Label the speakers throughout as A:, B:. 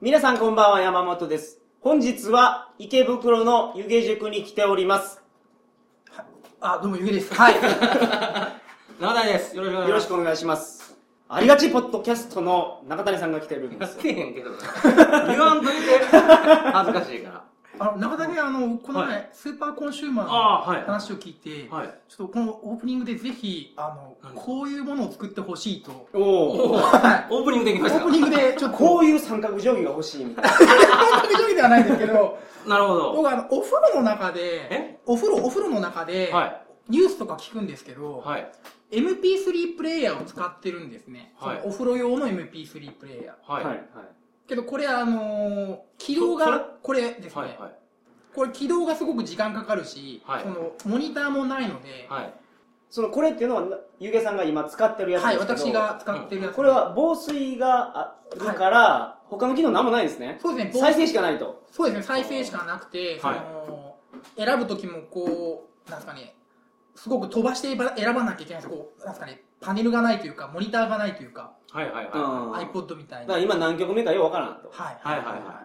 A: 皆さんこんばんは、山本です。本日は池袋の湯気塾に来ております。
B: あ、どうも、ゆげです。はい。
C: 長谷です。よろしくお願
A: よろ
C: いしま
A: し
C: す。
A: くお願いします。ありがちポッドキャストの中谷さんが来てる んです
C: や。ってへんけどな。言わんといて。恥ずかしいから。
B: あの、中田ね、あの、この前、
C: は
B: スーパーコンシューマー
C: あーはい
B: の話を聞いて、
C: はい。
B: ちょっとこのオープニングでぜひ、あの、
C: 何
B: こういうものを作ってほしいと、
A: おおー。
B: は
C: オープニングでき
B: い。オ
C: まし
B: ー
C: た
B: プ。ニングで、ちょっとこ
A: こういう三角定規が欲しいみたいな。
B: う、感覚上ではないんですけ ど、
C: なるほど。
B: 僕あの、お風呂の中で
C: え、
B: お風呂、お風呂の中で、
C: は
B: ニュースとか聞くんですけ
C: い。
B: ど、
C: はい。
B: MP3 プレイヤーを使ってるんですね。
C: はい
B: そのお風呂用の MP3 プレイヤー。
C: はい。はい。
B: けどこれあのー起動
C: そ
B: が
C: それ
B: これですね、
C: はい。はい。
B: これ起動がすごく時間かかるし、
C: はい
B: そのモニターもないので、は
C: はい。
A: そのこれっていうのは、な湯気さんが今使ってる
B: い
A: やつですけど、
B: 私が使ってるやつ、
A: これは防水があるから、他の機能なんもないですね。
B: そうですね
A: 再生しかないと。
B: そうですね再生しかなくて、
C: はい
B: その選ぶ時もこうなんですかねすごく飛ばしてば選ばなきゃいけないんですこうなんですかねパネルがないというかモニターがないというか、
C: はい。はい。
A: うん。
C: は
A: だ
B: iPod みたい
A: か
B: な、
A: ら今何曲目かようわからんと。
B: はい
C: い。はい。は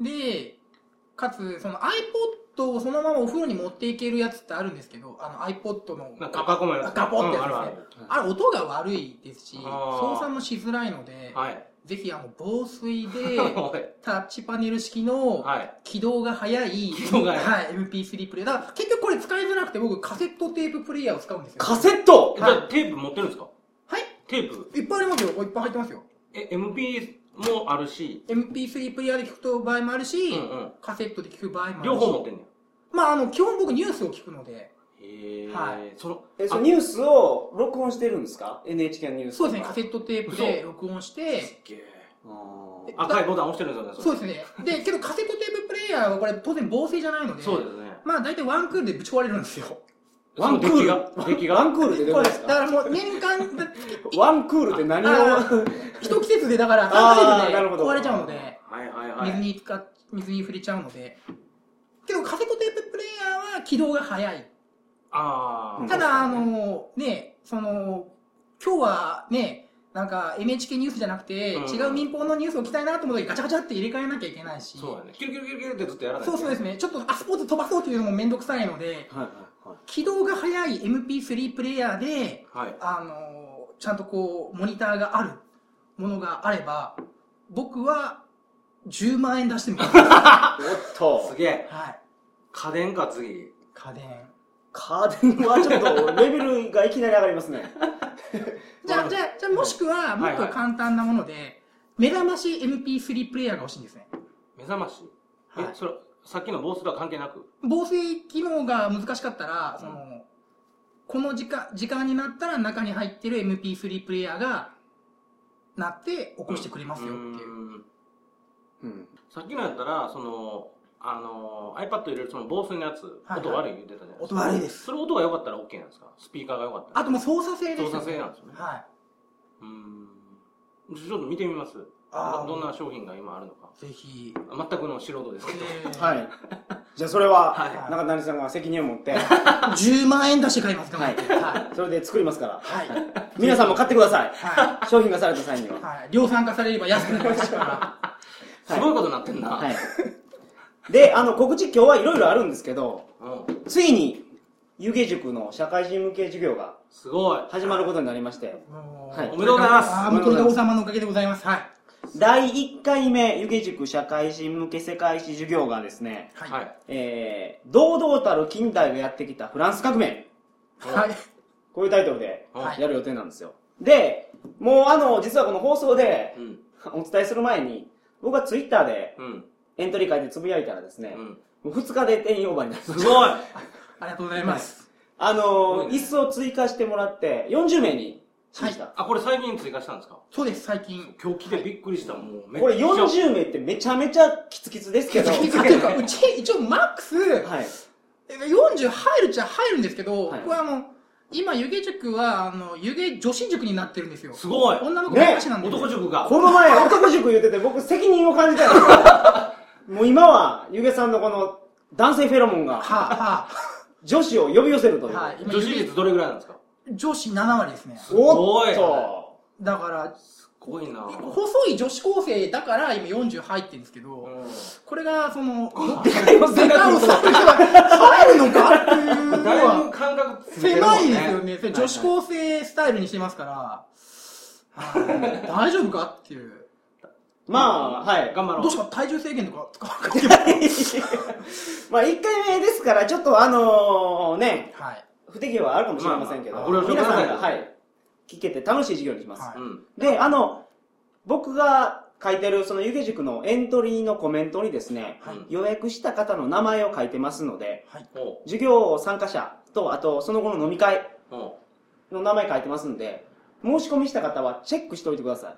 B: でかつその iPod をそのままお風呂に持っていけるやつってあるんですけどあの iPod の
C: い。なんか、かこまります。
B: ガポってやつですね
C: うんある
B: あれ音が悪いですし
C: あー
B: 操作もしづらいので、
C: あるはい。
B: ぜひあの防水 で
C: はい。
B: タッチパネル式の
C: はい。
B: 起動が早い
C: 起動が
B: はい、MP3 プレイヤーだから結局これ使いづらくて僕カセットテーププレイヤーを使うんですよ
A: カセット
C: えじゃあ、テープ持ってるんですか
B: はい
C: テープ。
B: いっぱいありますよこれいっぱい入ってますよ
C: え、MP もあるし、
B: MP3 プレイヤーで聞く場合もあるし、
C: うんうん
B: カセットで聞く場合もあるし
C: 両方持ってんねん。
B: まああの基本僕ニュースを聞くので
C: へえ。
B: は
C: その、
A: え、その
C: あ
A: ニュースを録音してるんですか ?NHK のニュースと
B: そう
A: か。
B: ですねカセットテープで録音して
C: すっげえ
A: あー
C: 赤いボタン押してるんですよね。
B: そうですねでけどカセットテーププレイヤーはこれ当然防水じゃないので
C: そうですね。
B: まあ大体ワンクールでぶち壊れるんですよ
A: ワンクール
C: その出来が出来が
A: ワンクールってどういうことですか
B: だからもう年間だ
A: ワンクールって何を
B: あ一季節でだか
A: あ
B: ら
A: ー
B: 半季
A: なるほ
B: 節で
A: ど
B: 壊れちゃうので
C: はいはいはい。
B: 水に使っ水に触れちゃうのでけどカセットテーププレイヤーは起動が早い
C: ああ。
A: うん
B: ただあのねその今日はねなんか NHK ニュースじゃなくて、
C: うん
B: 違う民放のニュースを聞きたいなと思った時ガチャガチャって入れ替えなきゃいけないし
C: そうやね。キュルキュルキュルキュルってずっとやらない
B: そうそうです
C: ね。
B: ねちょっとあスポーツ飛ばそうっていうのも面倒くさいので
A: はいはいはい
B: 起動が早い MP3 プレイヤーで
C: はい。
B: あのちゃんとこうモニターがあるものがあれば僕は10万円出してもらい ます、
A: おっと
C: す、げえ。
B: はい、
C: 家電か次。
B: 家電
A: 家電はちょっとレベルがいきなり上がりますね。
B: じゃあじゃあじゃあもしくはもっ
C: は
B: と
C: いはい
B: 簡単なもので、目覚まし MP3 プレイヤーが欲しいんですね
C: 目覚まし。
B: は
C: え
B: い、
C: それ、さっきのボースとは関係なく。
B: 防水機能が難しかったらその、この時間時間になったら中に入ってる MP3 プレイヤーが鳴って起こしてくれますよっていう、
C: うん
A: うん、
C: さっきのやったら、その、あの、iPad 入れるそのボースのやつ、
B: はい
C: 音悪い言ってたじゃないです
B: 音
C: か。
B: 悪いです
C: それ音が良かったら OK なんですかスピーカーが良かった
B: あ
C: ら。
B: ともう操作性ですよ
C: 操作性なんですよね。
B: はい
C: うん。ちょっと見てみます。
B: あー
C: どんな商品が今あるのか。
B: ぜひ、
C: 全くの素人ですけど。
A: はいい。じゃあそれは、
C: はい
A: 中谷さんが責任を持って、
B: 10万円出して買いますから、
A: はい
B: は
A: それで作りますから、
B: い、はい
A: 皆さんも買ってください。
B: は
A: 商品がされた際に
B: い、
A: は。
B: はい、量産化されれば安くなりますから、
C: すごいことになってんな。
A: はい。で、あの、告知今日はいろいろあるんですけど、
C: うん。
A: ついに、湯気塾の社会人向け授業が
C: すごい。
A: 始まることになりまして、
B: も
A: はい
C: おめでとうございます
B: あーもう鳥かご様のおかげでございます。はい、
A: 第1回目、湯気塾社会人向け世界史授業がですね、
B: はい、
C: は
B: はい、
C: い。
A: えー、堂々たる近代がやってきたフランス革命。こういうタイトルで
B: はい
A: やる予定なんですよ。で、もうあの、実はこの放送で
C: うん。
A: お伝えする前に、僕はツイッターで
C: うん。
A: エントリー会でつぶやいたらですね
C: う、ん。
A: もう2日で定員オーバーになり
C: す
A: ました。
C: ごい
B: ありがとうございます。
A: あの
C: すごい
A: ー、
C: ね
A: 椅子を追加してもらって40名にしました。
C: あ、これ最近追加したんですか
B: そうです、最近。
C: 今日来てびっくりした。もうめっちゃ。
A: これ40名ってめちゃめちゃキツキツですけど、
B: と い うか、うち一応マックス、
A: はい。
B: 40入るっちゃ入るんですけど、
A: はい
B: これあの、今、湯気塾は、あの、湯気女子塾になってるんですよ。
C: すごい
B: 女の子ばっかしなんで。
C: 男塾が。
A: この前男塾言ってて僕責任を感じたんですよ。もう今は、ゆげさんのこの男性フェロモンが
B: はあ、は
A: 女子を呼び寄せるという。
B: はい
C: 女子率どれぐらいなんですか
B: あ、女子7割ですね。
C: す
A: おっ
C: ごい
A: と
B: だから、
C: ごいな。
B: 細い女子高生だから今40入ってるんですけど、
C: う
B: これがそ の、
C: ん
B: でかいおっさんが入るのかっていうの
C: だいぶ
B: は、
C: 感覚ついてるもん
B: 狭いですよね。女子高生スタイルにしてますから、はい大丈夫かっていう。
A: まあ、はい。
C: 頑張ろ
B: どう
C: う
B: し。よう体重制限とか使わな
A: まあ、1回目ですから、ちょっとあのね、
B: はい。
A: 不適合はあるかもしれませんけど、
C: まあまあこれ
A: 皆
C: はしょうが
A: さ
C: なんい
A: が、はい、聞けて楽しい授業にします。
B: はい
C: うん。
A: で、あの、僕が書いてる、その、湯気塾のエントリーのコメントにですね、
B: はい
C: うん
A: 予約した方の名前を書いてますので、
B: はい。
C: お
A: 授業参加者と、あと、その後の飲み会
C: お
A: の名前書いてますんで、申し込みした方はチェックしておいてくださ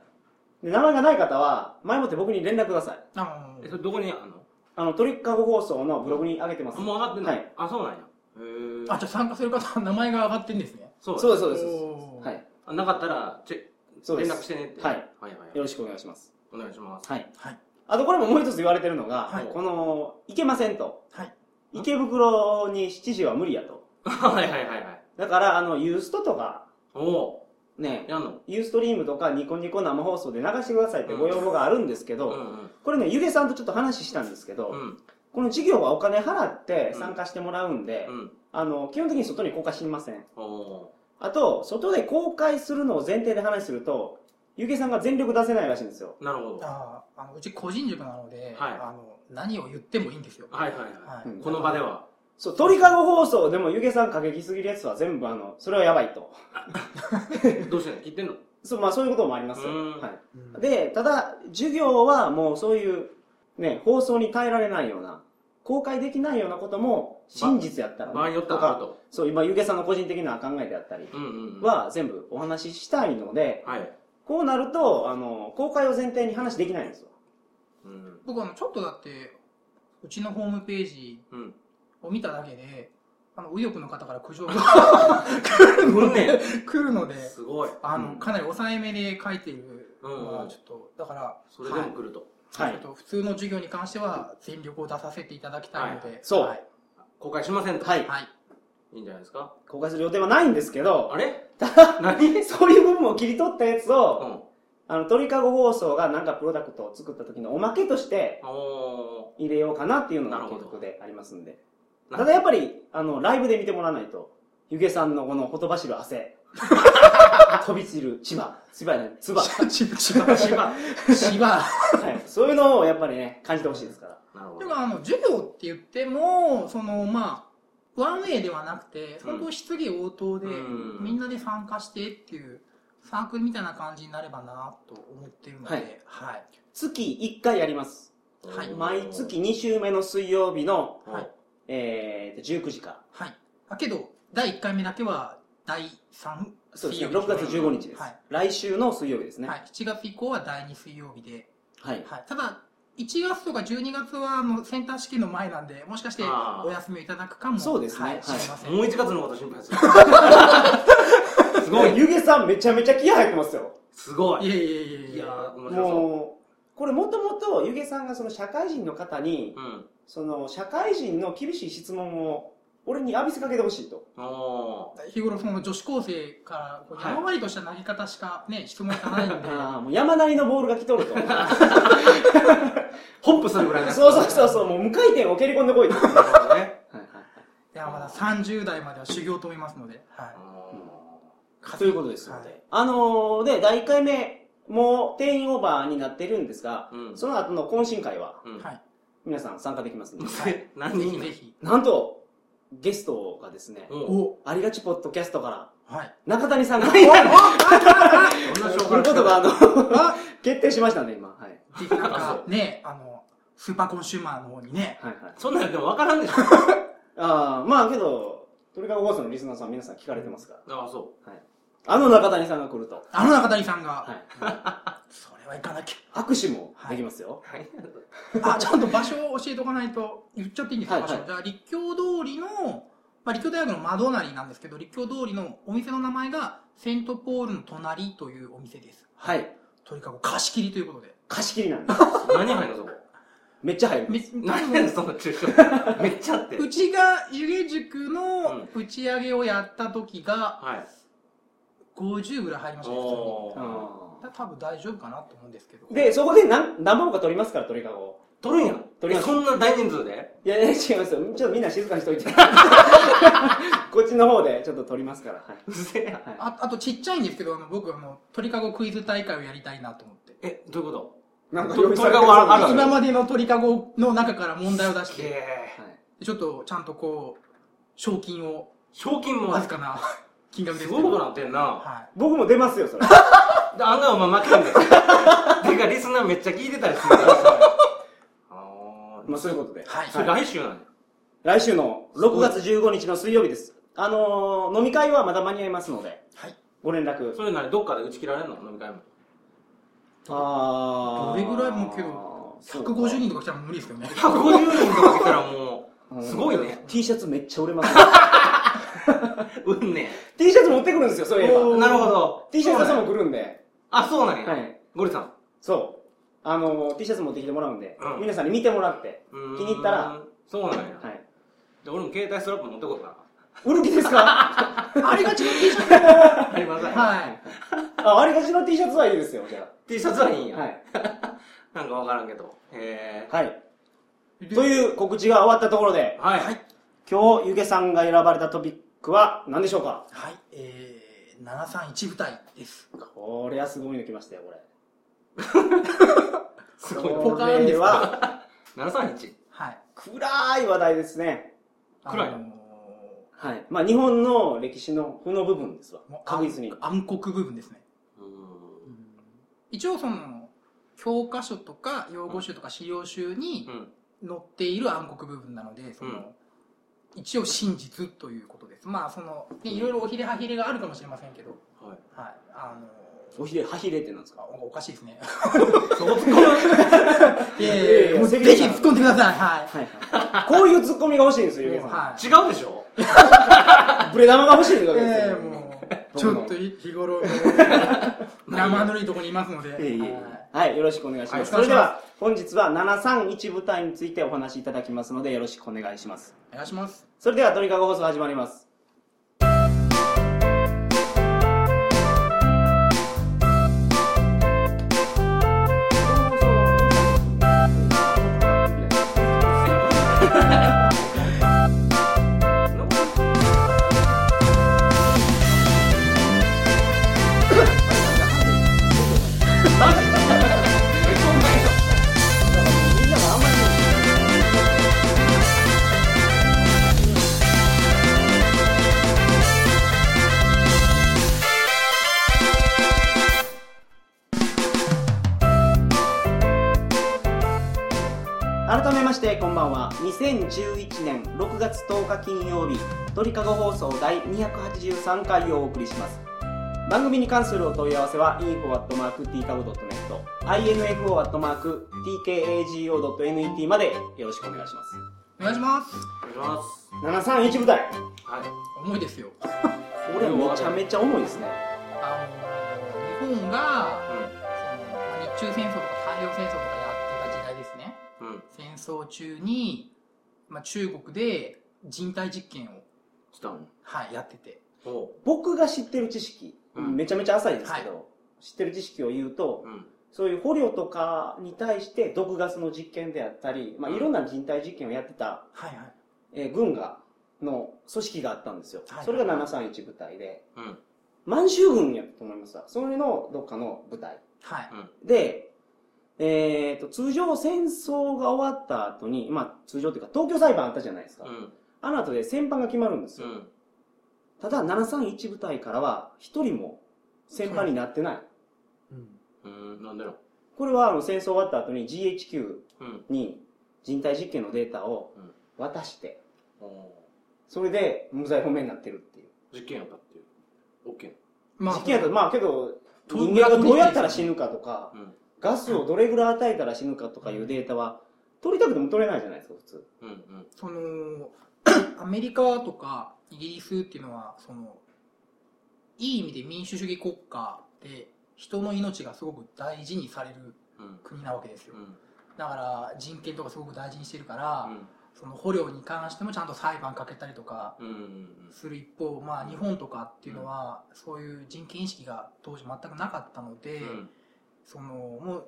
A: い。で名前がない方は、前もって僕に連絡ください。
B: あ
C: え、それどこにあんの
A: あの、トリックカゴ放送のブログに上げてます。
C: もう上がってんの
A: はい
C: あ、そうなんや。へ
B: ー
C: ー
B: あ、じゃあ参加する方の名前が上がってんですね。
C: そう
A: そうです、
C: す。
A: そうです。
B: おー
A: はい。
C: あなかったら、チェ
A: そうで
C: 連
A: す
C: 絡してねって。
A: はい
C: はいはい
A: よろしくお願いします。
C: お願いします。
A: はい。
B: はい。
A: あとこれももう一つ言われてるのが、
B: はい
A: この、行けませんと。
B: はい。
A: 池袋に7時は無理やと。
C: はいはいはいはい。
A: だから、あの、ユーストとか、
C: お
A: ね、
C: やんの
A: ユーストリームとかニコニコ生放送で流してくださいってご要望があるんですけ
C: う
A: ど、
C: んうん。
A: これね、ゆげさんとちょっと話したんですけど、
C: うん。
A: この授業はお金払って
C: うん
A: 参加してもらうんで、
C: うん。
A: あの、基本的に外に公開しません。
C: お
A: あと、外で公開するのを前提で話すると、ゆげさんが全力出せないらしいんですよ。
C: ーなるほど。は
B: あーあのうち個人塾なので、
C: はい
B: あの何を言ってもいいんですよ。
C: いはいは
B: はい
A: うん
C: い。この場で。は。
A: そう、鳥かご放送でもゆげさん過激すぎるやつは全部あの、それはやばいと。
C: どうしてんの切ってんの
A: そう、まあそういうこともありますよ。
C: うん
A: は
B: うん
A: い。で、ただ、授業はもうそういう、ね、放送に耐えられないような、公開できないようなことも、真実やったら、
C: 場合によって
A: と
C: はある
A: か、
C: と。
A: そう、今、ゆげさんの個人的な考えであったり
C: うんうんうん。
A: は、全部お話ししたいので、
C: はい。
A: こうなると、あの、公開を前提に話できないんですよ。
C: うん。
B: 僕あのちょっとだってうちのホームページ
C: うん。
B: を見ただけで、あの右翼の方から苦情が来るので、来るので、
C: すごい。
B: あの、
A: うん
B: かなり抑えめで書いているの
C: うんう
B: は
C: ん
B: ちょっと、だから、
C: それでも来ると。
A: は
B: ち
A: い
B: ょっ。と普通の授業に関しては全力を出させていただきたいので、
A: そう
B: はい、
C: 公開しませんと。
A: はい。
B: はい
C: いいんじゃないですか。
A: 公開する予定はないんですけど
C: あ、れ何
A: 何 そういう部分を切り取ったやつを、
C: うん。
A: あの、鳥かご放送がなんかプロダクトを作った時のおまけとして
C: お
A: 入れようかなっていうの
C: な
A: が
C: るほ
A: 計
C: ど
A: 画でありますんで。
C: ー。
A: ただやっぱり、あの、ライブで見てもらわないと、ゆげさんのこのほとばしる 汗、飛び散る千葉、千葉やない、つば、は
B: 千葉、千葉、
C: 千葉。
B: 千葉。
A: い。そういうのをやっぱりね、感じてほしいですから。
C: なるほ
B: て
C: ど。
B: か、あの、授業って言っても、その、まあ、ワンウェイではなくて、本当質疑応答で、
C: うん
B: みんなで参加してっていう、サークルみたいな感じになればなと思ってるので、
A: は
B: はいい。
A: 月1回やります。
B: はい
A: 毎月2週目の水曜日の、
C: おー。はい。
A: えーと、19時から。
B: はい。だけど、第1回目だけは、第3、
A: そうです
B: 水
A: ね、
B: 曜日
A: 6月15日です。
B: はい
A: 来週の水曜日ですね。
B: は
A: はい。
B: い、7月以降は第2水曜日で、
A: はい。
B: はい、ただ1月とか12月はもうセンター試験の前なんでもしかして
C: あー
B: お休みをいただくかも
A: そうですね
B: はい
A: はい
B: 知りません、
C: もう一月のこと心配 する。すごい。
A: ゆげさんめちゃめちゃ気合入ってますよ。
C: すごい。
B: いやいやいやいや
C: いやー、面白そう。
A: もう、これもともと、ゆげさんがその社会人の方に、
C: うん。
A: その社会人の厳しい質問を、俺に浴びせかけてほしいと。
C: お
B: 日頃その女子高生からこう
C: はい
B: やんわりとした投げ方しかね質問がないんで
A: ああ、もう山なりのボールが来とると。
C: ー。ホップするぐらい の
A: そうそうそうそう、もう無回転を蹴り込んでこいと。はい
C: なるほどね。
A: はい
B: いやまだ30代までは修行と思いますので、は
A: はい。ということですの
B: はい
A: で。あのー、で、第1回目、もう定員オーバーになってるんですが、
C: うん
A: その後の懇親会は、
C: うん。
B: はい
A: 皆さん参加できますので。
C: い。 何
B: い、ぜひ
C: 人
B: ぜひ
A: なんと、ゲストがですね、
C: お
B: お
A: ありがちポッドキャストから、
B: はい
A: 中谷 さんが、来
C: こんな
A: る
C: 紹
A: こ
C: 介
A: とが、あの、
B: あ
A: 決定しましたね、今。はい。
B: ぜひなん
C: あ
B: か
C: そ
B: ねあのスーパーコンシューマーの方にね
A: はいはい。
C: そんなんやっても分からんでしょ。
A: ああ、まあけど、鳥かご放送のリスナーさん皆さん聞かれてますから。
C: ああ、そ
A: あの中谷さんが来ると。
B: あの中谷さんが、
A: はい。
B: それはいかなきゃ
A: 握手もできますよ。
C: う。はい。
B: あ、ちゃんと場所を教えておかないと、言っちゃっていいんですか、
A: はい
B: 場所。じゃあ、立教通りの、まあ、立教大学の窓なりなんですけど、立教通りのお店の名前が、セントポールの隣というお店です。
A: はい。
B: とにかく貸し切りということで。
A: 貸し切りなんで。
C: 何入んのそこ。
A: めっちゃ入る。
B: め
C: 何やねん、その抽象。めっちゃあって。
B: うちが湯気塾の打ち上げをやった時が、
C: はい。
B: 50ぐらい入りましたね、普通に
C: おー。
A: あ
B: だ多分大丈夫かなと思うんですけど。
A: で、そこで何何万個取りますから、鳥かご。
C: 取るんや
A: 取ります
C: えそんな大人数で
A: いやいや、違いますよ。ちょっとみんな静かにしとい て。こっちの方でちょっと取りますから。は
C: うぜ
A: い。
C: え
A: は
B: ああとちっちゃいんですけど、あの僕あの、鳥かごクイズ大会をやりたいなと思って。
C: えどういうこ
A: い。なん
C: か
A: 鳥
C: 用
A: かご
C: 意されてる
A: ある
C: ある
B: 今までの鳥かごの中から問題を出し
C: と
B: て、
C: え
A: はい
B: ちょっとちゃんとこう、賞金を、
C: 賞金も
B: わずか な金額ですす
C: ごいことなってんな
B: は
A: 僕も出ますよ、それ。
C: であんなお前負けたんだよてかリスナーめっちゃ聞いてたりするからさあー
A: まあそういうことで。
B: はい
C: それ来週なの
A: 来週の6月15日の水曜日です。あのー飲み会はまだ間に合いますので、
B: い。はい。
A: ご連絡。
C: それなりどっかで打ち切られるの飲み会も
A: あ
B: どれぐらいもうけど、150人とか来たら無理ですよね。
C: 150人とか来たらもうすごいね
A: T シャツめっちゃ売れます、
C: うんね
A: T シャツ持ってくるんですよ、そういえ
B: お
A: ば。
B: ー
C: なるほど
A: T シャツ
C: そう
A: 朝
C: なん
A: も
C: や
A: 来るんで。
C: あそうなんや、
A: はい。
C: ゴリさん
A: そう。あのー、T シャツ持ってきてもらうんで、
C: うん
A: 皆さんに見てもらって、
C: うーん
A: 気に入ったら
C: そうなんや、
A: はい。
C: で俺も携帯ストラップ持ってこうか
A: 売る気ですか
B: ありがちの T シャツ
C: なありません、
B: はい。
A: あ、ありがちの T シャツはいいですよ、じゃ
C: T シャツはいいんや、
A: あ。はい。
C: なんかわからんけどへえ
A: はい。
B: で
A: という告知が終わったところで、
C: はい、
B: はい。
A: 今日、ゆげさんが選ばれたトピックは何でしょうか
B: はい。えー、731部隊です。
A: これはすごいの来ましたよ、これ。
C: すごい
B: ポカーン
A: こ
B: で
A: れ
B: す
A: は、
C: 731
B: はい。
A: 暗い話題ですね。
C: 暗い
B: あのー
A: はい。まあ、日本の歴史の負の部分ですわ
B: もう。
A: 確実に。
B: 暗黒部分ですね。
C: うーん
B: 一応その、教科書とか用語集とか資料集に
C: うん
B: 載っている暗黒部分なので、その、
C: うん
B: 一応真実ということです。まあ、その、ね、いろいろおひれはひれがあるかもしれませんけど、はい。
C: はい
B: あの
A: おひれ、はひれってなんですか
B: あおおかしいですね。
C: そこ突っ込む
B: い
A: や
B: や
A: いやいや
B: いやもうぜひ突っ込んでください。は
A: はいはい。こういうツッコミが欲しいんです
B: い。
A: よ、ゆげさ
B: はい。
C: 違うでしょ
A: ん。ブレ玉が欲しいんですよ、ゆげさん
B: ええもう、ちょっと日頃の生ぬるいところにいますので。
A: いえいえいえ
B: はい
A: はい、よろしくお願いします。そ
B: はい
A: れでは、本日は731部隊についてお話しいただきますので、よろしくお願いします。
B: お願いします。
A: それでは、トリカゴ放送始まります。改めましてこんばんは2011年6月10日金曜日鳥かご放送第283回をお送りします番組に関するお問い合わせは info.tkago.net info.tkago.net までよろしくお願いし
B: お願いします。
C: お願いします
A: ます731部隊
C: はい
B: 重いですよ。
A: これめちゃめちゃ重いですね
B: あの日本が
C: う
B: その日中戦争とか太平洋戦争とかやってた時代ですね
C: んうん
B: 戦争中に、まあ、中国で人体実験を、
C: したん
B: はい、やってて
C: おう
A: 僕が知ってる知識、
C: うん
A: めちゃめちゃ浅いですけど、
B: は
A: 知ってる知識を言うと、
C: うん
A: そういう捕虜とかに対して毒ガスの実験であったり、まあ、
C: うん
A: いろんな人体実験をやってた、
B: はいはい
A: えー軍がの組織があったんですよ、
B: はい
A: それが731部隊で
C: うん
A: 満州軍やったと思いますわそれのどっかの部隊
B: はい
A: で、えー、と通常戦争が終わった後にまあ通常というか東京裁判あったじゃないですか、
C: うん
A: あの後で戦犯が決まるんです
C: う
A: よ、
C: ん
A: ただ731部隊からは一人も戦犯になってない、
C: うんなんでの
A: これはあの戦争終わった後に GHQ
C: うん
A: に人体実験のデータを
C: うん
A: 渡して、
C: おう
A: それで無罪放免になってるっていう。
C: 実験やったっていうオッケー
B: ま
A: 実験やったら、まあけど、
B: と
A: 人間がどうやったら死ぬかとか、
C: うん
A: ガスをどれぐらい与えたら死ぬかとかいうデータは、取りたくても取れないじゃないですか、普通。
C: うんうん
B: その アメリカとかイギリスっていうのはそのいい意味で民主主義国家で人の命がすごく大事にされる
C: うん
B: 国なわけですよ
C: うん
B: だから人権とかすごく大事にしてるから、
C: うん
B: その捕虜に関してもちゃんと裁判かけたりとか
C: うんうん
B: する一方、まあ、日本とかっていうのは、そういう人権意識が当時全くなかったので、
C: うん
B: そのも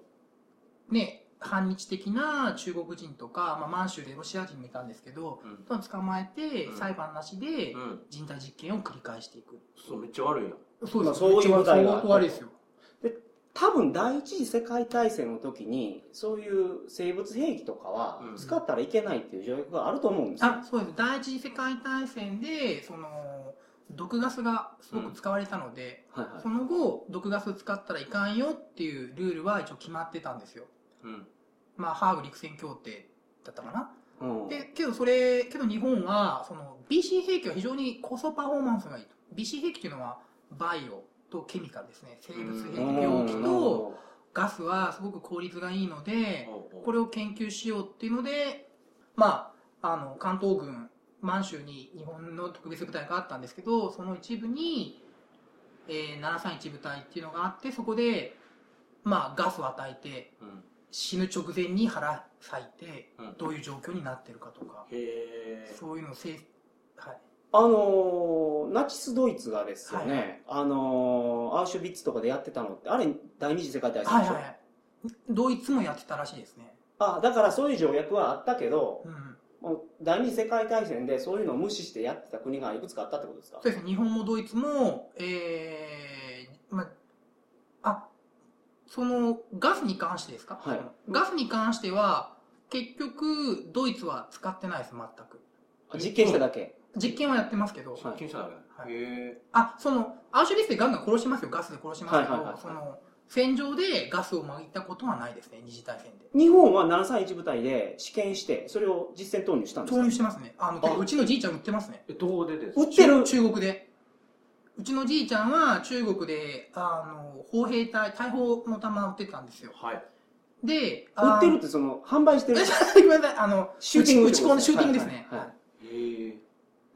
B: うね反日的な中国人とか、まあ、満州でロシア人もいたんですけど、
C: うん
B: と捕まえて
C: うん
B: 裁判なしで
C: うん
B: 人体実験を繰り返していく、
C: そうめっちゃ悪いやん
B: そうです
A: まあそういう話題があ
B: 相
A: った
B: 当悪いですよ
A: 多分第一次世界大戦の時にそういう生物兵器とかは
C: うん
A: 使ったらいけないっていう条約があると思うんですよ、
B: あそうです第一次世界大戦でその毒ガスがすごく使われたので、
A: はいはい
B: その後毒ガスを使ったらいかんよっていうルールは一応決まってたんですよ
C: うん
B: まあハーグ陸戦協定だったかな
A: うん
B: でけどそれけど日本はその BC 兵器は非常にコストパフォーマンスがいいと BC 兵器というのはバイオとケミカルですね生物
A: う
B: 兵
A: ん
B: 器病気とガスはすごく効率がいいのでこ
C: れ
B: れを研究しようっていうのでまああの関東軍満州に日本の特別部隊があったんですけどその一部に、えー731部隊っていうのがあってそこでまあガスを与えて
C: うん
B: 死ぬ直前に腹裂いて
C: うん
B: どういう状況になってるかとか
C: へえ
B: そういうのをせい、はい、
A: あのーナチスドイツがですよね、あのーアウシュビッツとかでやってたのってあれ第二次世界大戦
B: は
A: で
B: い
A: しょ、
B: はいはいドイツもやってたらしいですね
A: あだからそういう条約はあったけど
B: うん
A: もう第二次世界大戦でそういうのを無視してやってた国がいくつかあったってことですか
B: そうですね日本もドイツもえー、まあそのガスに関してですか、
A: はい
B: ガスに関しては結局ドイツは使ってないです全く
A: あ実験しただけ、
B: 実験はやってますけど、
A: はい
C: 実験しただ
B: は
C: け
B: い
C: へえ
B: あそのアウシュビッツでガンガン殺しますよガスで殺しますけど、
A: はいはいはいはい
B: その戦場でガスをまいたことはないですね二次大戦で
A: 日本は731部隊で試験してそれを実戦投入したんです
B: 投
A: か
B: 入してますねあのてか
A: あ
B: うちのじいちゃん売ってますね
C: えどこでです
A: 売ってる
B: 中国でうちのじいちゃんは中国であの砲兵隊大砲の弾を売ってたんですよ
C: はい
B: であ
A: 売ってるってその販売してる
B: えごめんなさい あの
A: シューティング
B: 打ち打ち込んでシューティングですね、
A: はいはいはい
C: へえ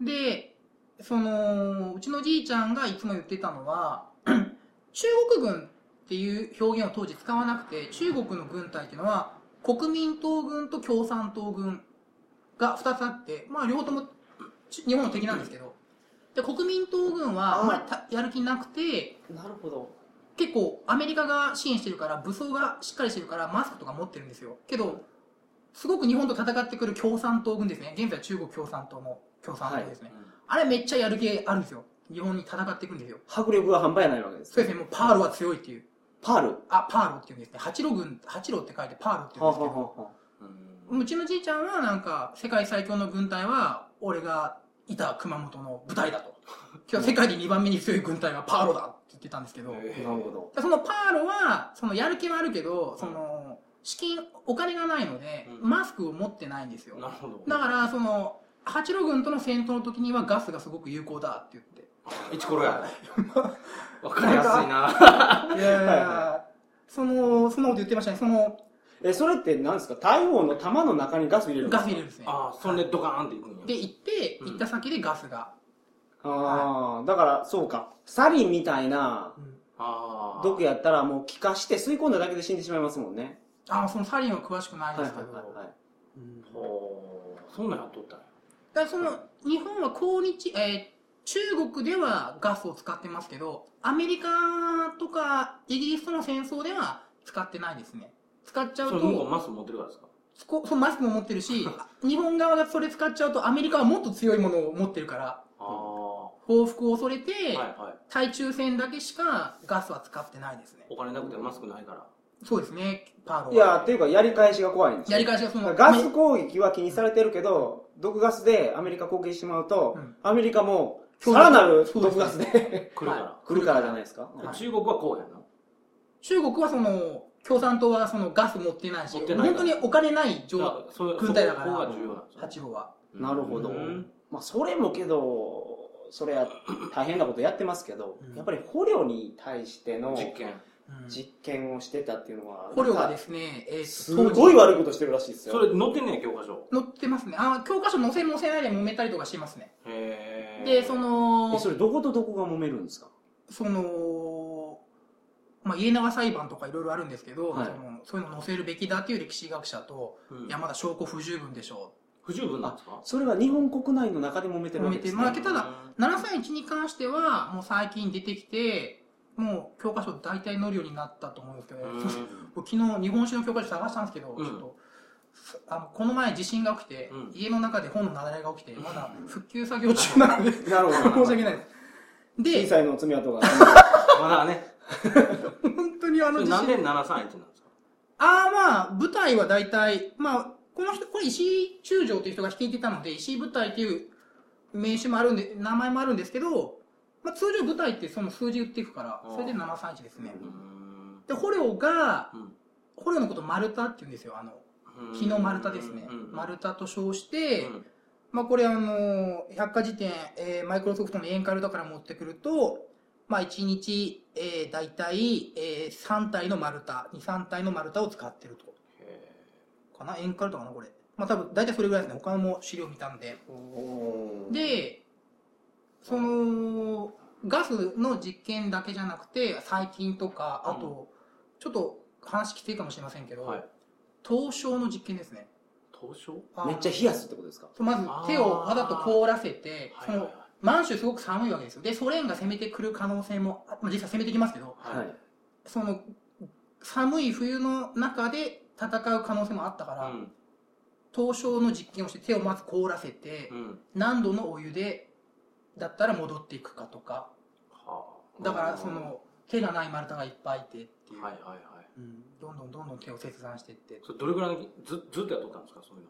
B: でそのうちのじいちゃんがいつも言ってたのは 中国軍っていう表現を当時使わなくて中国の軍隊っていうのは国民党軍と共産党軍が2つあってまあ両方ともち日本の敵なんですけどで国民党軍はあんまりたやる気なくて
A: なるほど
B: 結構アメリカが支援してるから武装がしっかりしてるからマスクとか持ってるんですよけどすごく日本と戦ってくる共産党軍ですね現在中国共産党も共産党ですね、あれめっちゃやる気あるんですよ日本に戦っていくんですよ
A: 迫力が半端やないわけです
B: そうですねもうパールは強いっていう
A: パール
B: あパールっていうんですね八路軍八路って書いてパールって言うんですけど
A: は
C: うん
B: うちのじいちゃんはなんか世界最強の軍隊は俺がいた熊本の部隊 だと今日世界で2番目に強い軍隊はパールだって言ってたんですけど、
A: あはあなるほど
B: でそのパールはそのやる気はあるけどその資金お金がないので、
C: うん
B: マスクを持ってないんですよ
C: なるほど
B: だからその八路軍との戦闘の時にはガスがすごく有効だって言って
C: 一コロやわかりやすいな
B: いやいやい
A: はい
B: やそのそんなこと言ってましたねその
A: えそれって何ですか大砲の弾の中にガス入れるんで
B: ガ
A: す
B: ス
A: か
B: 入れるんですね
C: あーそんでドカーンっていくんや
B: で行って
C: うん
B: 行った先でガスが、
A: ああだからそうかサリンみたいな
C: ああ
A: 毒やったらもう気化して吸い込んだだけで死んでしまいますもんね
B: あそのサリンは詳しくな
A: は
B: い
A: いはい
B: ですけど、
A: はいはい
B: うん
C: ほうそんなんやっとったんや
B: だからその日本は抗日、えー中国ではガスを使ってますけどアメリカとかイギリスとの戦争では使ってないですね使っちゃう
C: それ向こ
B: と
C: うマスク持ってるからですか
B: そこそうマスクも持ってるし日本側がそれ使っちゃうとアメリカはもっと強いものを持ってるから
C: ああは
B: 報復を恐れて、
C: いはい
B: 対中戦だけしかガスは使ってないですね
C: お金なくてマスクないから
B: そうですねパーロ
A: いやーっていうかやり返しが怖いんですよ
B: やり返しがその
A: ガ
B: アメ
A: ス攻撃は気にされてるけど、毒ガスでアメリカ攻撃してしまうと、
B: うん
A: アメリカも
B: そう
A: さらなる
B: そうです
A: 毒ガスで
C: 来るから
A: 来るからじゃないですか。
B: い
C: で中国はこうやんな
B: 中国はその共産党はそのガス持ってないし
C: 持ってない
B: 本当にお金ない状
C: だからそれ
B: 軍隊だから
C: そこが重要なんですよ
B: 八郎は
C: うん
A: なるほど
C: うん
A: まあ、それもけど、それは大変なことやってますけど、
B: うん
A: やっぱり捕虜に対しての
C: 実験
A: 実験をしてたっていうのは、
B: 捕虜が
A: な
B: で
A: んか
B: すね、えー
A: す
B: 当時
A: ごい悪いことしてるらしいですよ。
C: それ載ってんねや教科書
B: 載ってますねあ教科書載せる載せないで揉めたりとかしてますね
C: へえ
B: でそ
A: え
B: の
A: それどことどこが揉めるんですか
B: その、まあ、家長裁判とかいろいろあるんですけど、
A: はい
B: そのそういうの載せるべきだっていう歴史学者と、
C: うん
B: いやまだ証拠不十分でしょう
C: 不十分なんですか
A: それは日本国内の中で揉めてるわけです、
B: 揉めてる
A: ね
B: ただ、731に関しては、もう最近出てきて、もう教科書大体載るようになったと思うんですけど、
C: うん
B: 昨日日本史の教科書探したんですけど、
C: うん
B: ちょっと、あの、この前地震が起きて、
C: うん
B: 家の中で本の雪崩が起きて、まだ復旧作業中なん で、申し
A: なるほど。
B: 訳ないで
A: 小
B: す。で、
A: さいの爪痕が。
C: まだね。
B: 本当にあ
C: そ
B: の
C: れ
B: 地
C: なん
B: 震
C: で731なんですか
B: ああ、まあ、舞台は大体、まあ、この人、これ石井中将という人が弾いてたので、石井舞台っていう名詞もあるんで、名前もあるんですけど、まあ、通常舞台ってその数字言っていくから、それで731ですね。
C: うーん
B: で、捕虜が、
C: うん
B: 捕虜のこと丸太って言うんですよ。あの、
C: うん
B: 木の丸太ですね
C: うんうん。
B: 丸太と称して、
C: うん
B: まあ、これあの、百科事典、えーマイクロソフトのエンカルだから持ってくると、まあ、1日、えー、大体、えー、3体の丸太、2、3体の丸太を使ってると。
C: へ
B: かな円カルトかなこれ。まあ多分、大体それぐらいですね。他のも資料見たんで。で、その、ガスの実験だけじゃなくて、細菌とか、あと、ちょっと話きついかもしれませんけ
C: ー
B: ど、
C: はい。
B: 凍傷の実験ですね。
C: 東証
B: あ
A: めっちゃ冷やすってことですか
B: そうまず手をわざと凍らせて、
C: は
B: そ
C: いはい
B: の、満州すごく寒いわけですよ。で、ソ連が攻めてくる可能性も、あまあ、実際攻めてきますけど、
C: はい。はい。
B: その、寒い冬の中で戦う可能性もあったから、
C: うん
B: 凍傷の実験をして手をまず凍らせて、
C: うん
B: 何度のお湯でだったら戻っていくかとか
C: はあ
B: だからその手がない丸太がいっぱいいてっていう、
C: はいはいはい。
B: うんどんどんどんどん手を切断していって
C: それどれぐらいのずずっとやっとったんですかそうい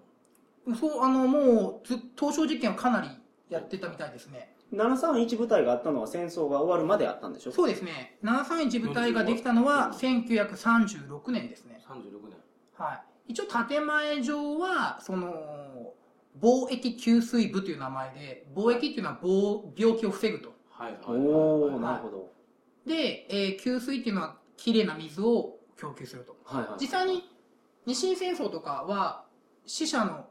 C: うの。
B: そうあのもうず凍傷実験はかなりやってたみたいですね
A: ?731 部隊があったのは戦争が終わるまであったんでしょ
B: そうですね731部隊ができたのは1936年ですね
C: 三十六年。
B: はい一応建前上はその貿易給水部という名前で貿易っていうのは防病気を防ぐと
C: はいはいはいはい。
A: おお、
C: はい
A: なるほど。
B: で、えー給水っていうのはきれいな水を供給すると
A: はいはい。
B: 実際に日清戦争とかは死者の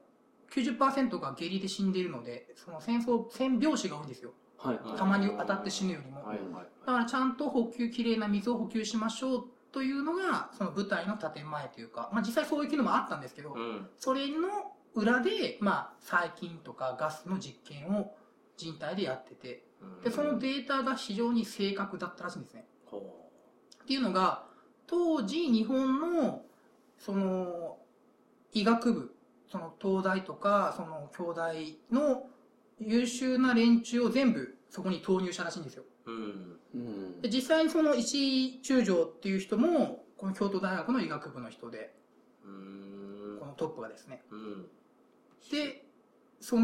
B: 90%が下痢で死んでいるのでその戦争戦病死が多いんですよ
A: はい
C: うん
B: たまに当たって死ぬよりも、
C: はいはい
B: だからちゃんと補給きれいな水を補給しましょうというのがその部隊の建前というか、まあ、実際そういう機能もあったんですけど、
C: うん。
B: それの裏で、まあ、細菌とかガスの実験を人体でやってて
C: うん
B: でそのデータが非常に正確だったらしいんですね
C: ほ
B: っていうのが当時日本のその医学部その東大とかその京大の優秀な連中を全部そこに投入したらしいんですよ
C: ううん。
A: うん
B: で実際にその石井中将っていう人もこの京都大学の医学部の人で
C: うーん
B: このトップがですね
C: うん。
B: でそ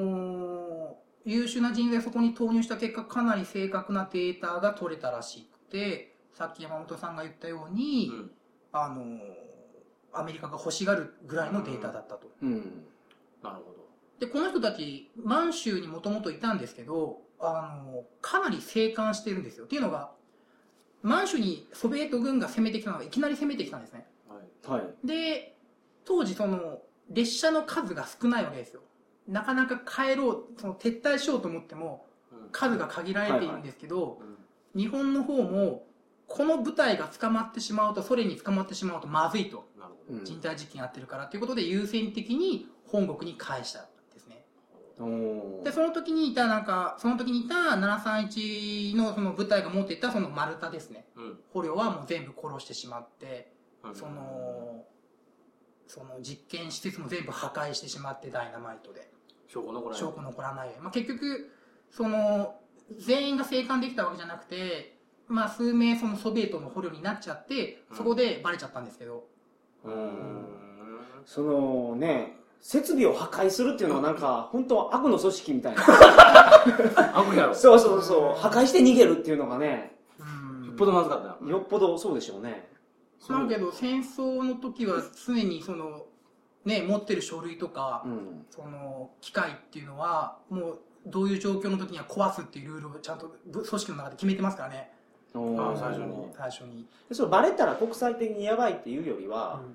B: の優秀な人材をそこに投入した結果かなり正確なデータが取れたらしくてさっき山本さんが言ったように、
C: うん
B: あのーアメリカが欲しがるぐらいのデータだったと。
A: うん。
C: なるほど。
B: で、この人たち、満州にもともといたんですけど、あのーかなり生還してるんですよ。っていうのが、満州にソビエト軍が攻めてきたのが、いきなり攻めてきたんですね。
C: はい。
A: はい。
B: で、当時その、列車の数が少ないわけですよ。なかなか帰ろう、その撤退しようと思っても、
C: うん
B: 数が限られているんですけど、
C: うん
B: 日本の方も、この部隊が捕まってしまうと、ソ連に捕まってしまうとまずいと。
C: なるほ
A: う
C: ど。
A: ん
B: 人体実験やってるからということで優先的に本国に返したんですね。
A: お
B: で、
A: ー
B: その時にいた、なんか、その時にいた731のその部隊が持っていたその丸太ですね。
C: うん。
B: 捕虜はもう全部殺してしまって、
C: うん
B: そ。の、その実験施設も全部破壊してしまって、ダイナマイトで。
C: 証拠残らない。
B: 証拠残らないように。まあ、結局、その、全員が生還できたわけじゃなくて、まあ、数名そのソビエトの捕虜になっちゃって、そこでバレちゃったんですけど、
A: う
C: うー
A: ん。
C: ん。
A: そのね、設備を破壊するっていうのはなんか、本当悪の組織みたいな。
C: 悪や ろ。
A: そうそうそう。破壊して逃げるっていうのがね、
B: うん
C: よっぽどまずかったよ。
A: よっぽどそうでしょうね。
B: だけど戦争の時は常にその、ね、持ってる書類とか、
A: うん。
B: その機械っていうのはもうどういう状況の時には壊すっていうルールをちゃんとぶ組織の中で決めてますからね
A: お
C: あ
A: ー
C: ー最初に
B: 最初に、
A: でそれバレたら国際的にやばいっていうよりは、
B: い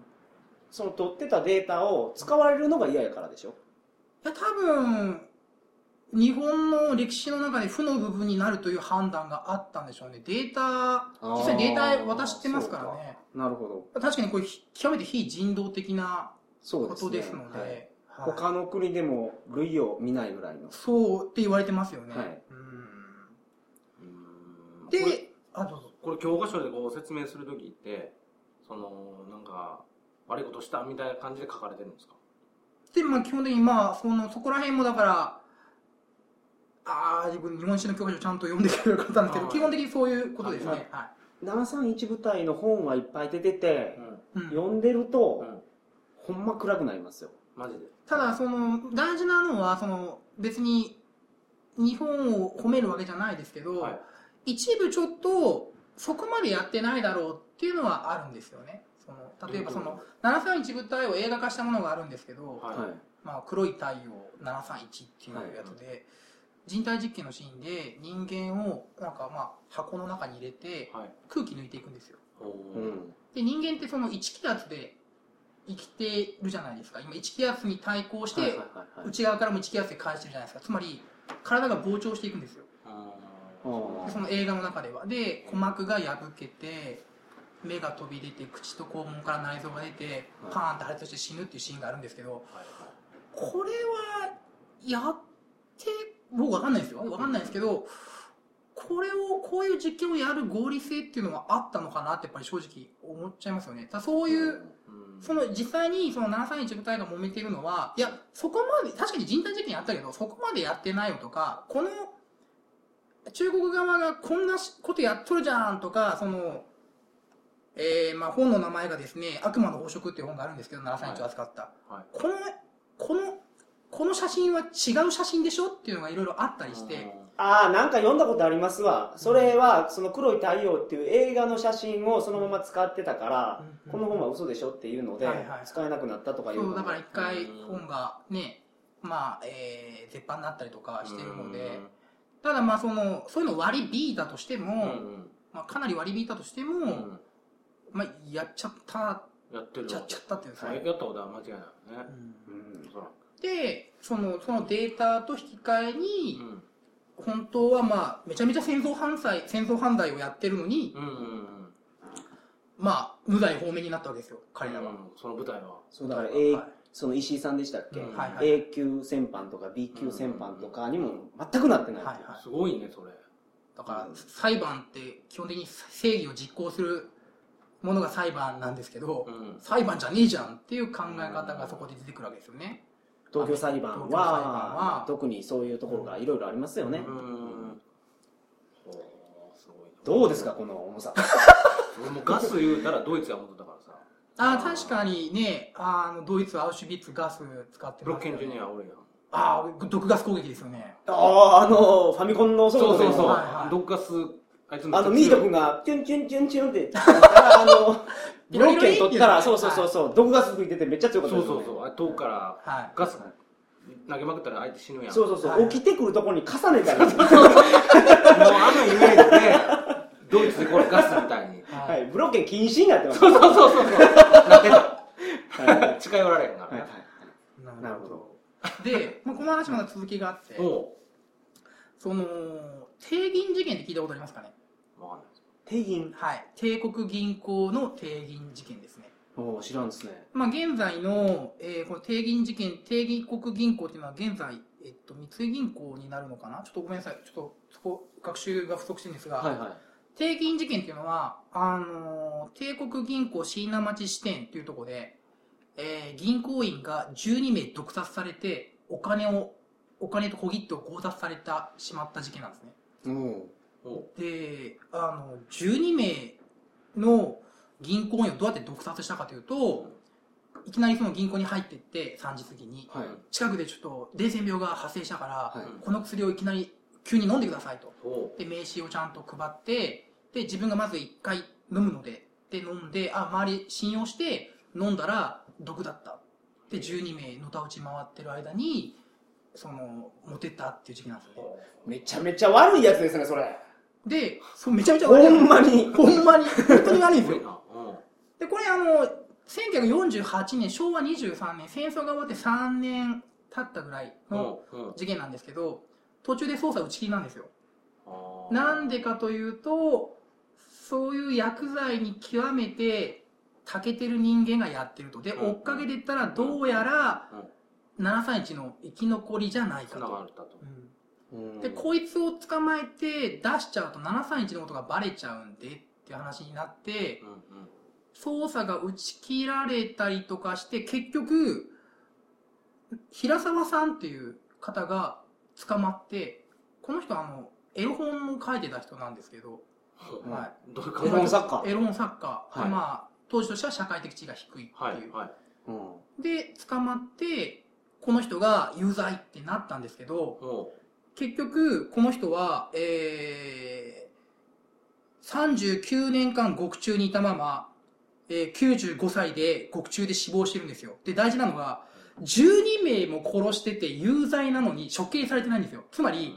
A: その取ってたデータを使われるのが嫌やからでしょ
B: や多分日本の歴史の中で負の部分になるという判断があったんでしょうねデータ
A: ー
B: 実際データ渡してますからね
A: なるほど
B: 確かにこれひ極めて非人道的な
A: そう
B: こ
A: です、ね、
B: とですので
A: はい
B: はい
A: 他の国でも類を見ないぐらいの。
B: そうって言われてますよね。
A: はい
B: うん
C: うんこれ
B: で、あ、どうぞ。
C: これ教科書でこう説明するときってそのなんか悪いことしたみたいな感じで書かれてるんですか
B: で、まあ、基本的に、まあ、その、そこら辺もだから、ああ、自分、日本史の教科書ちゃんと読んでくれる方なんですけど、
C: はい
B: 基本的にそういうことですね。は
A: はいい。731部隊の本はいっぱい出てて、
B: うん
A: 読んでると
C: う、
A: ほ
C: ん
A: んま暗くなりますよ。
C: マジで
B: ただ、その、大事なのは、その、別に、日本を褒めるわけじゃないですけど、
C: はい
B: 一部ちょっと、そこまでやってないだろうっていうのはあるんですよね。その、例えばその、731部隊を映画化したものがあるんですけど、
C: はい
A: はい。
B: まあ、黒い太陽731っていうやつで、人体実験のシーンで人間をなんかまあ箱の中に入れて
C: はい
B: 空気抜いていくんですよ
C: おー
A: うん。
B: で人間ってその1気圧で生きてるじゃないですか今1気圧に対抗して、
A: はいはいはいはい。
B: 内側からも1気圧で返してるじゃないですかつまり体が膨張していくんですよ
C: あ
A: あ
B: でその映画の中ではで鼓膜が破けて目が飛び出て口と肛門から内臓が出てパーンって破裂して死ぬっていうシーンがあるんですけど、
C: ーはいはい
B: これは、やって、僕わかんないですよ。わかんないですけど、これを、こういう実験をやる合理性っていうのはあったのかなってやっぱり正直思っちゃいますよね。ただそういう、
C: うん
B: その実際にその731部隊が揉めているのは、いや、そこまで、確かに人体実験やったけど、そこまでやってないよとか、この、中国側がこんなしことやっとるじゃんとか、その、えー、まあ本の名前がですね、悪魔の宝飾っていう本があるんですけど、731を扱った。
C: はい
B: この、この、この写真は違う写真でしょっていうのがいろいろあったりして、
A: あーなんか読んだことありますわそれはその「黒い太陽」っていう映画の写真をそのまま使ってたから、この本は嘘でしょっていうので
B: はいはい
A: 使えなくなったとかいう
B: そ
A: の
B: う、だから一回
C: うん
B: 本がね、まあ、えー、絶版になったりとか
C: うん
B: してるので、ただまあその、そういうの割り引いたとして
C: うん
B: も、
C: うん
B: まあかなり割り引いたとしても、
C: うん
B: まあやっちゃった、
C: やってる
B: やっちゃったっていうんですかね
C: はいやったことは間違いないよね
A: うん
C: そうなん
B: で、その、そのデータと引き換えに、
C: うん
B: 本当はまあ、めちゃめちゃ戦争犯罪、戦争犯罪をやってるのに、
C: うんうん
B: まあ、無罪放免になったわけですよ、
C: う
B: 彼らは。
C: んその舞台は
A: そうだから、
B: はい
A: A その石井さんでしたっけ、
C: うん
B: はいはい
A: A 級戦犯とか B 級戦犯とかにも全くなってないっていう、
B: はい
C: すごいねそれ
B: だから
A: うん
B: 裁判って基本的に正義を実行するものが裁判なんですけど、
C: うん
B: 裁判じゃねえじゃんっていう考え方がそこで出てくるわけですよね。
A: 東京裁判は
B: 東京裁判は
A: 特にそういうところがいろいろありますよね、
C: うんほうすごいな
A: どうですかこの重 さ
C: 俺もうガス言うたらドイツやもとだからさ
B: ああ、確かにね、あのドイツ、アウシュビッツ、ガス使って
C: ブロッ
B: ます
C: ケ
B: よ
C: ン
B: ね
C: ジュニア俺やん
B: ああ、毒ガス攻撃ですよね。
A: あああのファミコンのソ
C: そう
A: フト
C: そ
A: で
C: うそう
B: はいはい
C: どっかすあいつ
A: あのミート君がチュンチュンチュンチュンってやったらあのブロッケン取ったらそうそうそうそう毒ガス吹いててめっちゃ強か
C: そう
A: ったです
C: そ
A: よ
C: う
A: ね
C: そうあれ遠くから
B: はい。
C: ガス投げまくったら相手死ぬやん
A: そうそうそう、
B: はい
A: 起きてくるとこに重ねたり、
C: もうあのイメージでドイツでこれガスみたいに
B: は。
A: はいい、ブロッケン禁止になってます。
C: そうそうそうそうなってた
A: はいはいはい
C: 近寄られへんから
A: はい
C: ね
A: なるほど。
B: で、まあ、この話まだ続きがあって、
C: も
B: その、帝銀事件って聞いたことありますかね
C: うわかんないです
A: 定銀
B: はい。帝国銀行の帝銀事件ですね。
A: おー知らんですね。
B: まあ、現在の、えーこの定銀事件、定銀国銀行というのは現在、えっと、三井銀行になるのかなちょっとごめんなさい。ちょっと、そこ、学習が不足してるんですが、
A: はいは
B: 定銀事件というのは、あのー帝国銀行椎名町支店というところで、えー銀行員が12名毒殺されて、お金を、お金と小切手を強奪された、しまった事件なんですね。
A: い。うん。
C: お
B: で、あの、12名の銀行員をどうやって毒殺したかというと、いきなりその銀行に入ってって、3時過ぎに、
A: はい。
B: 近くでちょっと伝染病が発生したから、
A: はい
C: うん
B: この薬をいきなり急に飲んでくださいと。
C: お
B: で、名刺をちゃんと配って、で、自分がまず1回飲むので、で、飲んで、あ、周り信用して、飲んだら毒だった。で、12名のたうち回ってる間に、その、モテたっていう時期なんですよね。
A: めちゃめちゃ悪いやつですね、それ。
B: で、そうめちゃめちゃ悪い
A: ほんまに。
B: ほんまに、本当に悪いんです
C: すごい
B: よ。
C: な
B: で、これあの、1948年、昭和23年、戦争が終わって3年経ったぐらい
C: うん
B: の
C: うんうん
B: 事件なんですけど、途中で捜査打ち切りなんですよ。
C: あー
B: なんでかというと、そういう薬剤に極めて、長けてる人間がやってると。で、
C: うん
B: 追っかけてったら、どうやら、
C: うん
B: 731の生き残りじゃない
C: つ
B: か
C: なが
B: と、
C: ったと
B: うん
C: うん
B: でこいつを捕まえて出しちゃうと731のことがバレちゃうんでっていう話になって
C: うんうん
B: 捜査が打ち切られたりとかして結局平沢さんっていう方が捕まってこの人あのエロ本を書いてた人なんですけど
C: うん
B: は
C: どういう考
A: エ
C: え
A: ロ本作家
B: エロ本作家、
C: はい
B: まあ当時としては社会的地位が低いっていう、
C: はいはい
A: うん
B: で捕まってこの人が有罪ってなったんですけど
C: も
B: 結局この人は、えー、39年間獄中にいたまま、えー、95歳で獄中で死亡してるんですよで大事なのが12名も殺してて有罪なのに処刑されてないんですよつま
C: うう
B: り
C: ん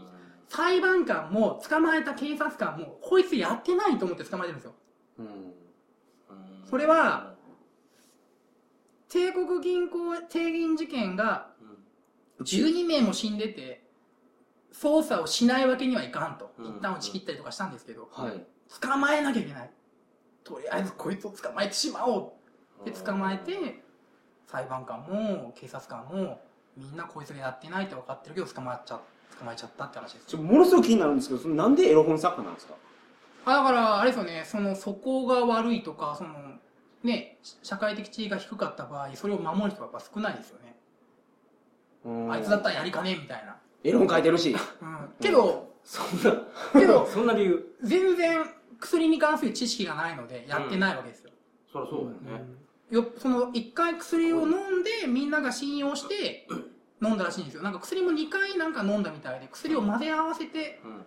B: 裁判官も捕まえた警察官もこいつやってないと思って捕まえてるんですよ
A: うん
C: うん
B: それは帝国銀行帝銀事件が
C: うん
B: 12名も死んでて捜査をしないわけにはいかんと
C: うん
B: 一旦打ち切ったりとかしたんですけど
A: はい
B: 捕まえなきゃいけないとりあえずこいつを捕まえてしまおうって捕まえ
C: うん
B: て裁判官も警察官もみんなこいつがやってないって分かってるけど捕まっちゃ捕まえちゃったって話です
A: ちょものすごく気になるんですけどそのなんでエロ本作家なんですか
B: あだからあれですよねその素行が悪いとかそのね社会的地位が低かった場合それを守る人がやっぱ少ないですよねあいつだったらやりかねえみたいな、
A: エロ本書いてるし
B: うん、けど、
C: そん
B: け
C: な
B: ど
C: そんな理由
B: 全然薬に関する知識がないのでやってないわけですよ、
C: そりゃそうだよね
B: よその1回薬を飲んでみんなが信用して飲んだらしいんですよなんか薬も2回なんか飲んだみたいで薬を混ぜ合わせて
C: うん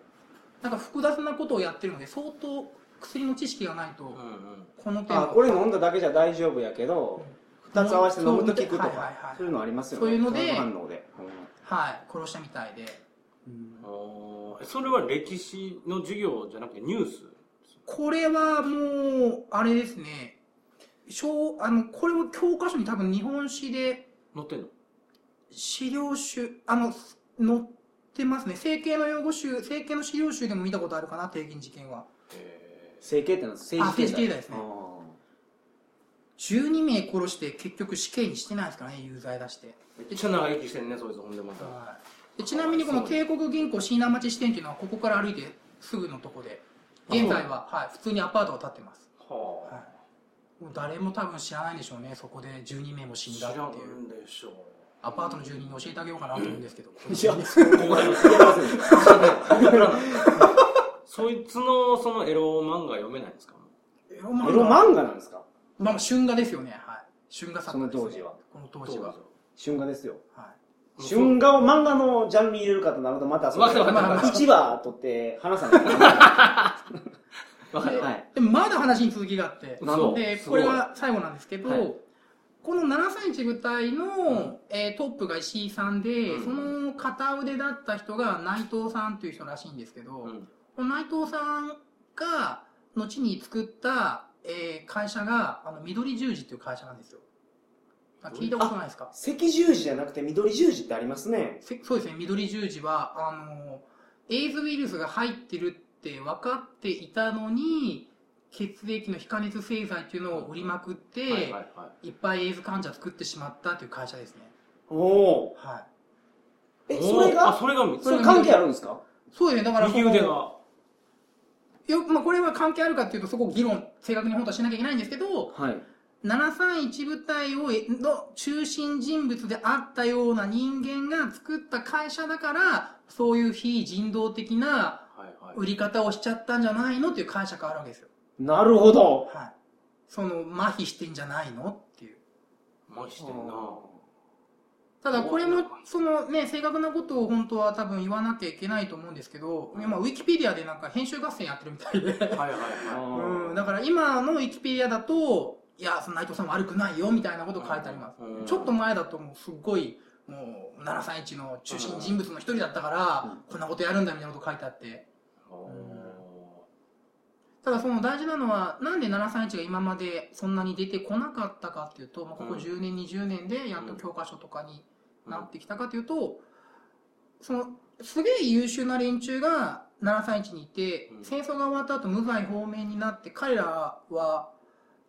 B: なんか複雑なことをやってるので相当薬の知識がないと
C: うんうん
B: この点
A: あ
B: は
A: これ飲んだだけじゃ大丈夫やけど2つ合わせて飲むと効くと
B: はいはいは
A: か
B: い
A: そういうのありますよね
B: そういうので
A: 化学反応で
B: はい殺したみたいで
A: うん
C: あーそれは歴史の授業じゃなくてニュース
B: これはもうあれですね小あのこれを教科書に多分日本史で
C: 載ってんの
B: 資料集、あの、載ってますね。整形の用語集、整形の資料集でも見たことあるかな、定銀事件は。
C: へ
A: 整形ってなんです
B: あ
A: 政治経済
B: 政治経済ですね
A: あ
B: 12名殺して結局死刑にしてないですからね、有罪出して。
C: ーめっちゃ長生きしてんねそいつほんでまた
B: でちなみにこの帝国銀行椎名町支店っていうのはここから歩いてすぐのとこで、現在は、はい、普通にアパートが建ってます。
C: は
B: はもう誰も多分知らないでしょうね、そこで12名も死ん
C: 知
B: だ
C: ら
B: っ
C: ん
B: ていう。
C: でしょう
B: アパートの住人に教えてあげようかなと思うんですけど。
A: いや
C: ここら
A: そうですね
C: そいつのそのエロ漫画読めないんですか
B: エロ漫
A: エロ漫画なんですか
B: まあ、春画ですよね、はい。春画作家ですね
A: その当時は。
B: この当時は。
A: 春画ですよ
B: はい。
A: 春画を漫画のジャンルに入れるかとなるとまたその
C: わかるわかるわかる
A: 一話取って話さないといけない
C: わかる
A: はい
B: でもまだ話に続きがあって、
C: なるほど
B: ですこ
C: ごい
B: れが最後なんですけど、
A: はい
B: この731部隊の、
C: うん
B: えートップが石井さんで、
C: うん
B: その片腕だった人が内藤さんという人らしいんですけど、
C: うん
B: この内藤さんが後に作った、えー会社があの緑十字っていう会社なんですよ。あ聞いたことないですか
A: 赤十字じゃなくて緑十字ってありますね
B: せそうですね、緑十字は、あの、エイズウイルスが入ってるって分かっていたのに、血液の非加熱製剤っていうのを売りまくって、
C: はいはい
B: い
C: は
B: っぱいエイズ患者作ってしまったっていう会社ですね。
A: おお
B: はい。
C: い
A: えそれ
C: おーあ
A: が
C: それがみ
A: それ関係あるんですか
B: そうですね、だから
C: 右腕が
B: よ、まあ、これは関係あるかっていうと、そこを議論、正確に本当はしなきゃいけないんですけど、
A: はい
B: 731部隊をえの中心人物であったような人間が作った会社だから、そういう非人道的な
C: はいはい
B: 売り方をしちゃったんじゃないのっていう解釈があるわけですよ。
A: なるほど
B: はい、その麻痺してんじゃないのっていう
C: ましてんな
B: ただこれもそのね正確なことを本当は多分言わなきゃいけないと思うんですけど今ウィキペディアでなんか編集合戦やってるみたいで
C: はいはいは
B: うんだから今のウィキペディアだといやその内藤さん悪くないよみたいなこと書いてあります、
C: うん
B: ちょっと前だともうすっごいもう731の中心人物の一人だったから、
A: うん
B: こんなことやるんだみたいなこと書いてあって
C: いお
B: ただその大事なのはなんで731が今までそんなに出てこなかったかっていうと、まあ、ここ10年、20年でやっと教科書とかに
C: ー
B: なってきたかというと、そのすげえ優秀な連中が731にいて、
C: うん
B: 戦争が終わった後無罪方面になって彼らは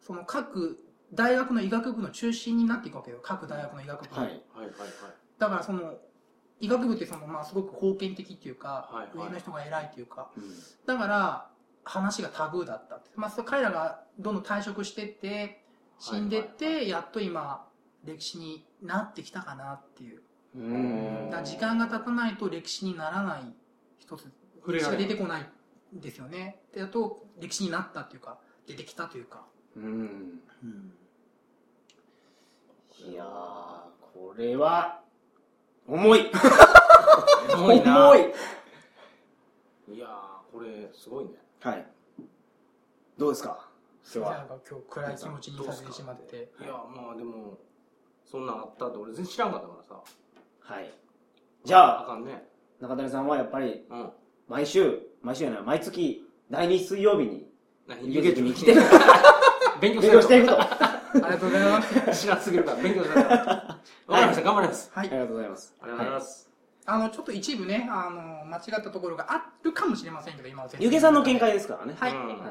B: その各大学の医学部の中心になっていくわけよ各大学の医学部の、
A: はい
C: はいはいはい
B: だからその医学部ってその、まあ、すごく封建的っていうか、
C: はいはい
B: 上の人が偉いっていうか
A: うん
B: だから話がタブーだったって、まあ、そう彼らがどんどん退職してって死んでって、やっと今歴史になってきたかなっていう
C: うん
B: だから時間が経たないと歴史にならない一つ
C: 触れ
B: し
C: ら
B: か
C: れな
B: 出
C: い
B: てこないんですよねでやっと歴史になったっていうか出てきたというか、
A: うん
B: うん、
A: いやーこれは重い
C: 重いな。
A: い
C: いやー、これ、すごいね。
A: はいどうですかそれ
B: な
A: は
B: んか今日暗い気持ちにさせてしまって
C: いや、まあでも、そんなんあったって俺全然知らんかったからさ。
A: はいじゃ
C: あ
A: あ
C: かんね。
A: 中谷さんはやっぱり
C: うん。
A: 毎週毎週やない毎月第2水曜日に
C: 何
A: 湯気に来てる
C: 勉強
A: 勉強し
C: して
A: て
C: る
A: いくとあ
B: ありがとうございます
C: と。知らんすぎるから、勉強しないと。わかりました、頑張ります。
B: は
A: り
B: い
A: がとうございます
C: ありがとうございます。
B: あのちょっと一部ねあの間違ったところがあるかもしれませんけど今は全然
A: 湯気さんの見解ですからね
B: はい、
C: うん
A: は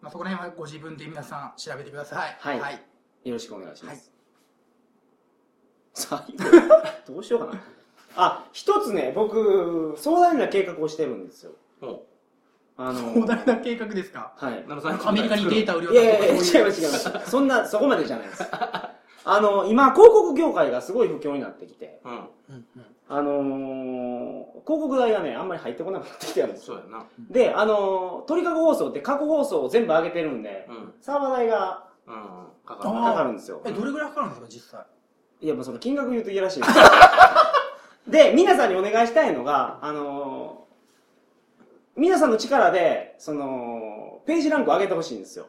B: まあ、そこら辺はご自分で皆さん調べてください
A: はい
B: はい、
A: いよろしくお願いしま
B: はい
A: す最後どうしようかなあ一つね僕壮大な計画をしてるんですよ
C: も
A: あの
B: 壮大な計画ですか
A: はい。
C: う、な
B: アメリカにデー
C: タ。
B: タを売り
A: いやい
B: 渡
A: やいや、違い
B: す
A: ま
B: と
A: す
B: かそういう
A: 違います。そんな、そこまでじゃないです。あの、今、広告業界がすごい不況になってきて、
C: うん。
B: うんうん
A: あのー広告代がね、あんまり入ってこなくなってきてるんですよ。
C: そうやな。
A: で、あのー鳥かご放送って過去放送を全部上げてるんで、
C: うん。
A: サーバー代が
C: うん。かかるな
B: あ
A: かかるんですよ
B: え。どれぐらいかかるんですか
A: いや、もうその金額言うといやらしいです。 で、皆さんにお願いしたいのが、あのー皆さんの力で、その、ページランクを上げてほしいんですよ。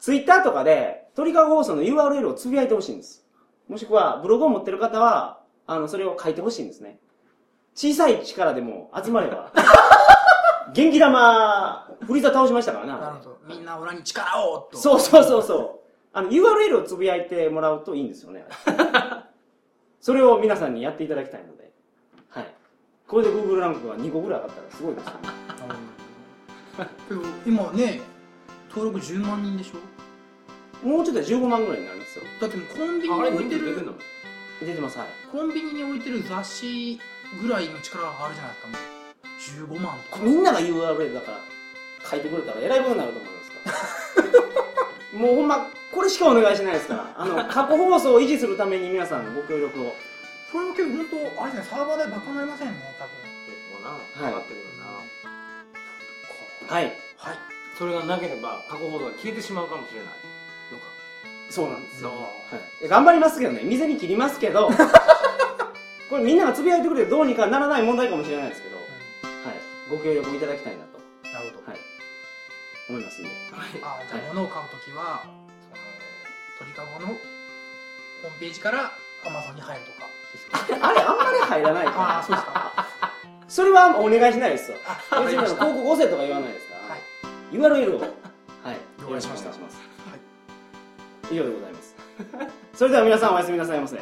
A: ツイッターとかで、鳥かご放送の URL をつぶやいてほしいんです。もしくは、ブログを持ってる方は、あの、それを書いてほしいんですね。小さい力でも集まれば。元気玉、フリーザ倒しましたから
B: 実際なる
A: な。
B: ほどみんなオラに力をと
A: そうそうそうそう。あの、URL をつぶやいてもらうといいんですよね。それを皆さんにやっていただきたいので。はい。これで Google ランクが2個ぐらい上がったらすごいですよね。
B: けど今ね登録10万人でしょ
A: もうちょっとで15万ぐらいになるんですよ。
B: だってもうコンビニ
C: あ
B: に
C: あれ、
B: 置い
C: 人
B: て
C: 数出て
B: る
C: んの
A: 出てます、はい。
B: コンビニに置いてる雑誌ぐらいの力があるじゃないですかもう15万と
A: これみんなが URL だから書いてくれたら偉いことになると思いますから。もうほんま、これしかお願いしないですから。あの、過去放送を維持するために皆さんご協力を。
B: それは結構本当あれですねサーバー代バカになりませんね多分
C: 結構な。かかってくる
A: は
C: な。
A: い。
B: はい
C: それがなければ、過去報道が消えてしまうかもしれない。のか。
A: そうなんですよ。
C: そう
A: はい、頑張りますけどね、店に切りますけ ど、これみんながつぶやいてくれてどうにかならない問題かもしれないですけど、はい、ご協力いただきたいなと、
B: なるほど
A: はい、思いますんで。
C: はい。
B: あじゃあ物を買うときはその鳥かごのホームページからアマゾンに入るとかですか
A: あれ、あんまり入らない
B: ああ
A: か
B: そうですか
A: ら、それはお願いしないですよ。
B: わ
A: 別
B: かり
A: に
B: ま
A: 広
B: した
A: 告押せとか言わないですから、
B: はい
A: URL を、はい、
B: 了解しました
A: よろくお願います以上でござ
B: は
A: います。それでは皆さんおやすみなさいませ。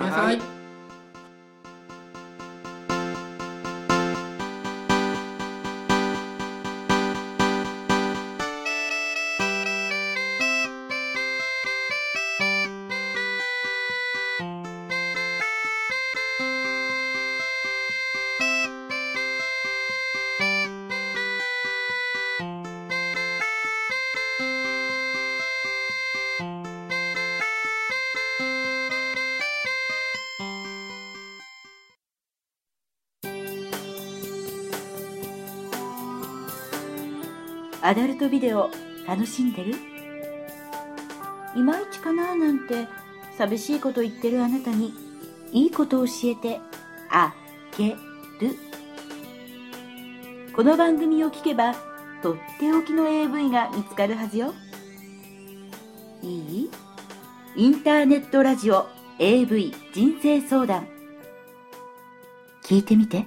B: おやすみなさい
D: アダルトビデオ楽しんでるいまいちかななんて寂しいこと言ってるあなたにいいことを教えてあげるこの番組を聞けばとっておきの AV が見つかるはずよいいインターネットラジオ AV 人生相談聞いてみて